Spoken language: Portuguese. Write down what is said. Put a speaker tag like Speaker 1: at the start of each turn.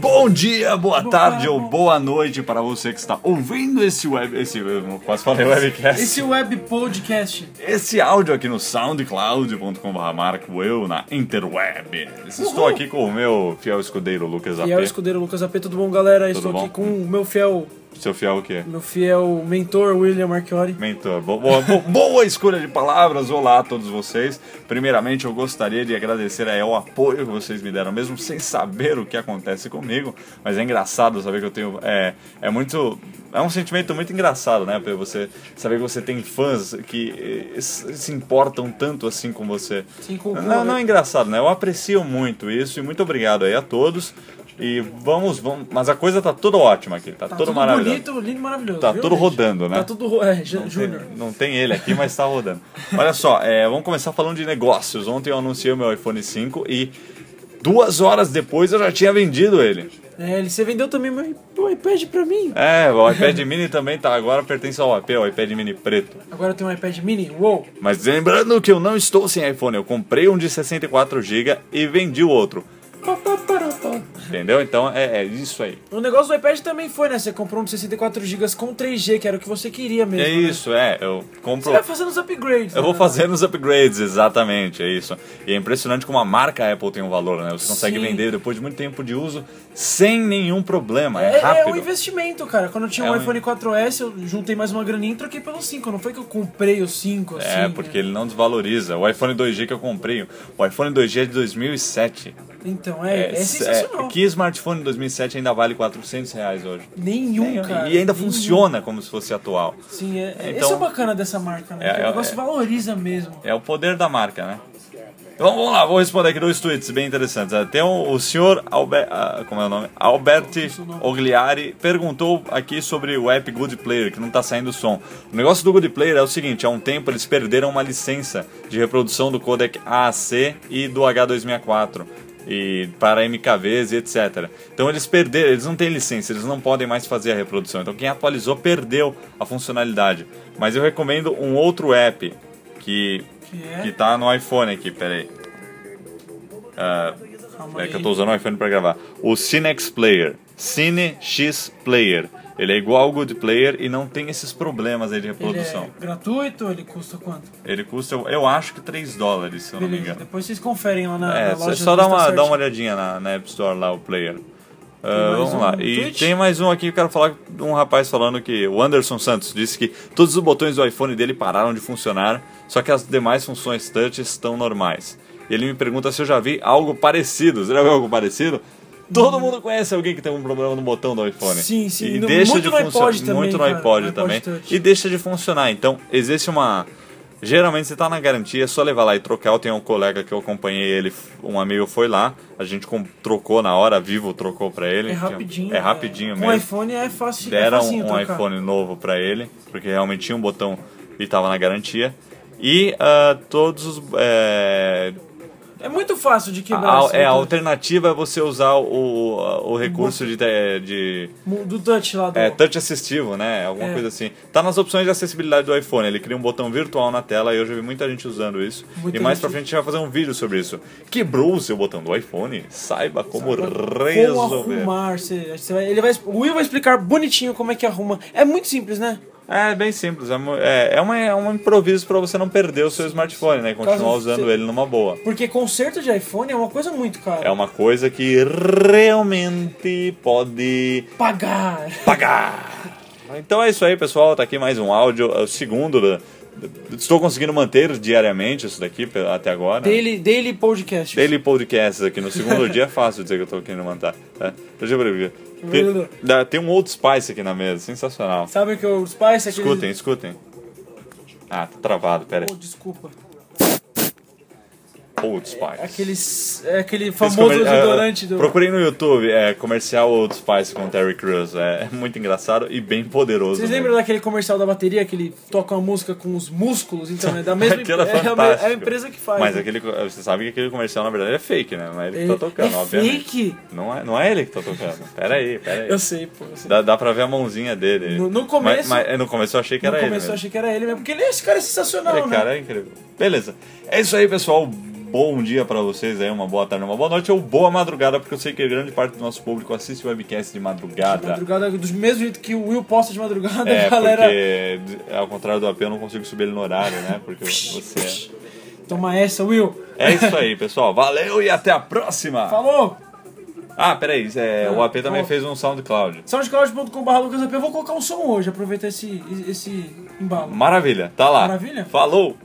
Speaker 1: Bom dia, boa tarde ou boa noite para você que está ouvindo esse web. Esse. eu Quase falei webcast.
Speaker 2: Esse é web podcast.
Speaker 1: Esse áudio aqui no soundcloud.com.br marco eu na interweb. Estou aqui com o meu fiel escudeiro Lucas AP.
Speaker 2: E é o escudeiro Lucas AP, tudo bom, galera? Estou
Speaker 1: Tá bom?
Speaker 2: aqui com o meu fiel,
Speaker 1: Seu fiel o quê?
Speaker 2: meu fiel mentor, William Marchiori.
Speaker 1: Mentor, bo- bo- bo- boa escolha de palavras. Olá a todos vocês. Primeiramente, eu gostaria de agradecer aí ao apoio que vocês me deram, mesmo sem saber o que acontece comigo. Mas é engraçado saber que eu tenho. É, é muito. É um sentimento muito engraçado, né? Pra Você saber que você tem fãs que eh, s- se importam tanto assim com você.
Speaker 2: Sim, com-
Speaker 1: não, não é engraçado, né? Eu aprecio muito isso e muito obrigado aí a todos. E vamos, vamos. Mas a coisa tá toda ótima aqui, tá,
Speaker 2: Tá
Speaker 1: tudo
Speaker 2: tudo
Speaker 1: maravilhoso.
Speaker 2: bonito, lindo e maravilhoso.
Speaker 1: Tá
Speaker 2: viu,
Speaker 1: tudo
Speaker 2: gente?
Speaker 1: rodando, né?
Speaker 2: Tá tudo ro- É, Ju-
Speaker 1: Não
Speaker 2: Júnior.
Speaker 1: tem, não tem ele aqui, mas tá rodando. Olha só, é, vamos começar falando de negócios. Ontem eu anunciei o meu iPhone 5 e duas horas depois eu já tinha vendido ele.
Speaker 2: É, ele- você vendeu também meu i- o iPad pra mim.
Speaker 1: É, o iPad mini também tá, agora pertence ao AP, o iPad mini preto.
Speaker 2: Agora eu tenho um iPad mini. Uou!
Speaker 1: Mas lembrando que eu não estou sem iPhone, eu comprei um de 64GB e vendi o outro. Entendeu? Então é, é isso aí.
Speaker 2: O negócio do iPad também foi, né? Você comprou um de 64GB com 3G, que era o que você queria mesmo.
Speaker 1: É
Speaker 2: né?
Speaker 1: isso, é. Eu compro.
Speaker 2: Você vai fazendo os upgrades.
Speaker 1: Eu
Speaker 2: né?
Speaker 1: vou fazendo os upgrades, exatamente, é isso. E é impressionante como a marca Apple tem um valor, né? Você consegue
Speaker 2: Sim.
Speaker 1: vender depois de muito tempo de uso sem nenhum problema, é,
Speaker 2: É, é um
Speaker 1: rápido.
Speaker 2: investimento, cara. Quando eu tinha
Speaker 1: É
Speaker 2: um,
Speaker 1: um-
Speaker 2: iPhone 4S, eu juntei mais uma graninha e troquei pelo 5. Não foi que eu comprei o 5, assim.
Speaker 1: É, porque
Speaker 2: né?
Speaker 1: ele não desvaloriza. O iPhone 2G que eu comprei, o iPhone 2G é de 2007.
Speaker 2: Então, é, é, sensacional.
Speaker 1: que smartphone de 2007 ainda vale 400 reais hoje?
Speaker 2: Nenhum, cara.
Speaker 1: e ainda
Speaker 2: nenhum.
Speaker 1: funciona como se fosse atual.
Speaker 2: Sim, é, é-
Speaker 1: Então-
Speaker 2: esse é o bacana dessa marca, né?
Speaker 1: É,
Speaker 2: que
Speaker 1: é,
Speaker 2: o negócio
Speaker 1: é.
Speaker 2: valoriza mesmo.
Speaker 1: É o poder da marca, né? Então vamos lá, vou responder aqui dois tweets bem interessantes. Ah, Tem um- o senhor Alber, ah, como é o nome? Alberti Ogliari perguntou aqui sobre o app Good Player, que não está saindo som. O negócio do Good Player é o seguinte, há um tempo eles perderam uma licença de reprodução do codec AAC e do H264 e para MKVs e etc. Então eles perderam, eles não têm licença, eles não podem mais fazer a reprodução. Então quem atualizou perdeu a funcionalidade. Mas eu recomendo um outro app que
Speaker 2: Que é?
Speaker 1: que tá no iPhone aqui, peraí.
Speaker 2: Calma
Speaker 1: É
Speaker 2: aí.
Speaker 1: que eu tô usando o iPhone pra gravar. O Cinex Player. Cine X Player. Ele é igual ao Good Player e não tem esses problemas aí de
Speaker 2: Ele
Speaker 1: reprodução.
Speaker 2: é gratuito? Ele custa quanto?
Speaker 1: Ele custa, eu, eu acho que 3 dólares, se eu não me
Speaker 2: Beleza,
Speaker 1: engano.
Speaker 2: depois vocês conferem lá na,
Speaker 1: É,
Speaker 2: na
Speaker 1: só,
Speaker 2: loja.
Speaker 1: só
Speaker 2: do
Speaker 1: dá, uma,
Speaker 2: Instacart.
Speaker 1: dá uma olhadinha na, na App Store lá, o Player. Ah,
Speaker 2: mais
Speaker 1: vamos
Speaker 2: um
Speaker 1: lá. E
Speaker 2: tweet?
Speaker 1: tem mais um aqui que eu quero falar. Um rapaz falando que o Anderson Santos disse que todos os botões do iPhone dele pararam de funcionar, só que as demais funções touch estão normais. E ele me pergunta se eu já vi algo parecido. Você já viu algo parecido? Todo mundo conhece alguém que tem um problema no botão do iPhone.
Speaker 2: Hum. Sim, sim.
Speaker 1: E
Speaker 2: No-
Speaker 1: deixa
Speaker 2: muito
Speaker 1: de
Speaker 2: no iPod
Speaker 1: funcionar.
Speaker 2: também,
Speaker 1: Muito no
Speaker 2: cara,
Speaker 1: iPod
Speaker 2: no iPod
Speaker 1: também.
Speaker 2: touch.
Speaker 1: E deixa de funcionar. Então, existe uma. Geralmente você tá na garantia, é só levar lá e trocar. Eu tenho um colega que eu acompanhei ele, um amigo foi lá, a gente com- trocou na hora, a vivo trocou pra ele.
Speaker 2: É rapidinho.
Speaker 1: É rapidinho
Speaker 2: cara.
Speaker 1: mesmo.
Speaker 2: Um iPhone é fácil. é
Speaker 1: Deram
Speaker 2: facinho
Speaker 1: um
Speaker 2: trocar.
Speaker 1: iPhone novo pra ele, porque realmente tinha um botão e tava na garantia. E ah, todos os. é,
Speaker 2: É muito fácil de
Speaker 1: a,
Speaker 2: quebrar. assim, esse
Speaker 1: é, a
Speaker 2: botão.
Speaker 1: alternativa é você usar o, o recurso de, te- de
Speaker 2: Do touch lá do...
Speaker 1: é, touch assistivo, né? Alguma
Speaker 2: É.
Speaker 1: coisa assim. Tá nas opções de acessibilidade do iPhone. Ele cria um botão virtual na tela e eu já vi muita gente usando isso.
Speaker 2: Muita
Speaker 1: e mais
Speaker 2: gente.
Speaker 1: pra frente a gente vai fazer um vídeo sobre isso. Quebrou o seu botão do iPhone? Saiba como
Speaker 2: Como
Speaker 1: resolver.
Speaker 2: arrumar? Você, você vai, ele vai, o Will vai explicar bonitinho como é que arruma. É muito simples, né?
Speaker 1: É bem simples. É, mu- é, é, uma, é um improviso pra você não perder o seu smartphone, né? E Continuar
Speaker 2: Caso
Speaker 1: usando
Speaker 2: você-
Speaker 1: ele numa boa.
Speaker 2: Porque conserto de iPhone é uma coisa muito cara.
Speaker 1: É uma coisa que realmente pode
Speaker 2: Pagar.
Speaker 1: pagar. Então é isso aí, pessoal. Tá aqui mais um áudio, é o segundo. da- Estou conseguindo manter diariamente isso daqui pe- até agora.
Speaker 2: Daily, daily podcast.
Speaker 1: Daily podcasts aqui no segundo dia é fácil dizer que eu tô querendo manter. Tá? Deixa eu ver. Tem, dá- tem um outro Spice aqui na mesa, sensacional.
Speaker 2: Sabe que os pais... Aqueles...
Speaker 1: Escutem, escutem. Ah, tá travado, pera
Speaker 2: Oh, desculpa.
Speaker 1: aí. Old Spice.
Speaker 2: Aqueles, é aquele
Speaker 1: Esse
Speaker 2: famoso
Speaker 1: comer- é,
Speaker 2: desodorante do.
Speaker 1: Procurei no YouTube, é comercial Old Spice com Terry Crews. É, é muito engraçado e bem poderoso.
Speaker 2: Vocês
Speaker 1: né?
Speaker 2: lembram daquele comercial da bateria que ele toca uma música com os músculos? Então, é da mesma
Speaker 1: Aquilo é
Speaker 2: é a me-
Speaker 1: fantástico.
Speaker 2: é a empresa que faz.
Speaker 1: Mas
Speaker 2: né?
Speaker 1: aquele, co- você sabe que aquele comercial na verdade é fake, né? Não é ele que
Speaker 2: É-
Speaker 1: tá tocando,
Speaker 2: é
Speaker 1: obviamente.
Speaker 2: fake?
Speaker 1: Não é, não é ele que tá tocando. Pera aí, pera aí.
Speaker 2: Eu sei, pô. Eu sei.
Speaker 1: Dá, dá pra ver a mãozinha dele.
Speaker 2: No- no
Speaker 1: Mas-
Speaker 2: começo-
Speaker 1: Mas, no começo eu achei que
Speaker 2: No
Speaker 1: era ele.
Speaker 2: começo eu
Speaker 1: mesmo.
Speaker 2: achei que era ele mesmo, porque ele, esse cara é sensacional,
Speaker 1: Olha,
Speaker 2: né?
Speaker 1: cara, é incrível. Beleza. É isso aí, pessoal. Bom dia pra vocês aí, uma boa tarde, uma boa noite ou boa madrugada, porque eu sei que grande parte do nosso público assiste o webcast de madrugada.
Speaker 2: De madrugada, do mesmo jeito que o Will posta de madrugada,
Speaker 1: É,
Speaker 2: a galera
Speaker 1: porque ao contrário do AP eu não consigo subir ele no horário, né? Porque você.
Speaker 2: toma essa, Will.
Speaker 1: É isso aí, pessoal. Valeu e até a próxima!
Speaker 2: Falou!
Speaker 1: Ah, peraí, é, o AP também
Speaker 2: Falou.
Speaker 1: fez um soundcloud.
Speaker 2: soundcloud.com.br lucasap. Eu vou colocar um som hoje, aproveitar esse, esse embalo.
Speaker 1: Maravilha, tá lá.
Speaker 2: Maravilha.
Speaker 1: Falou!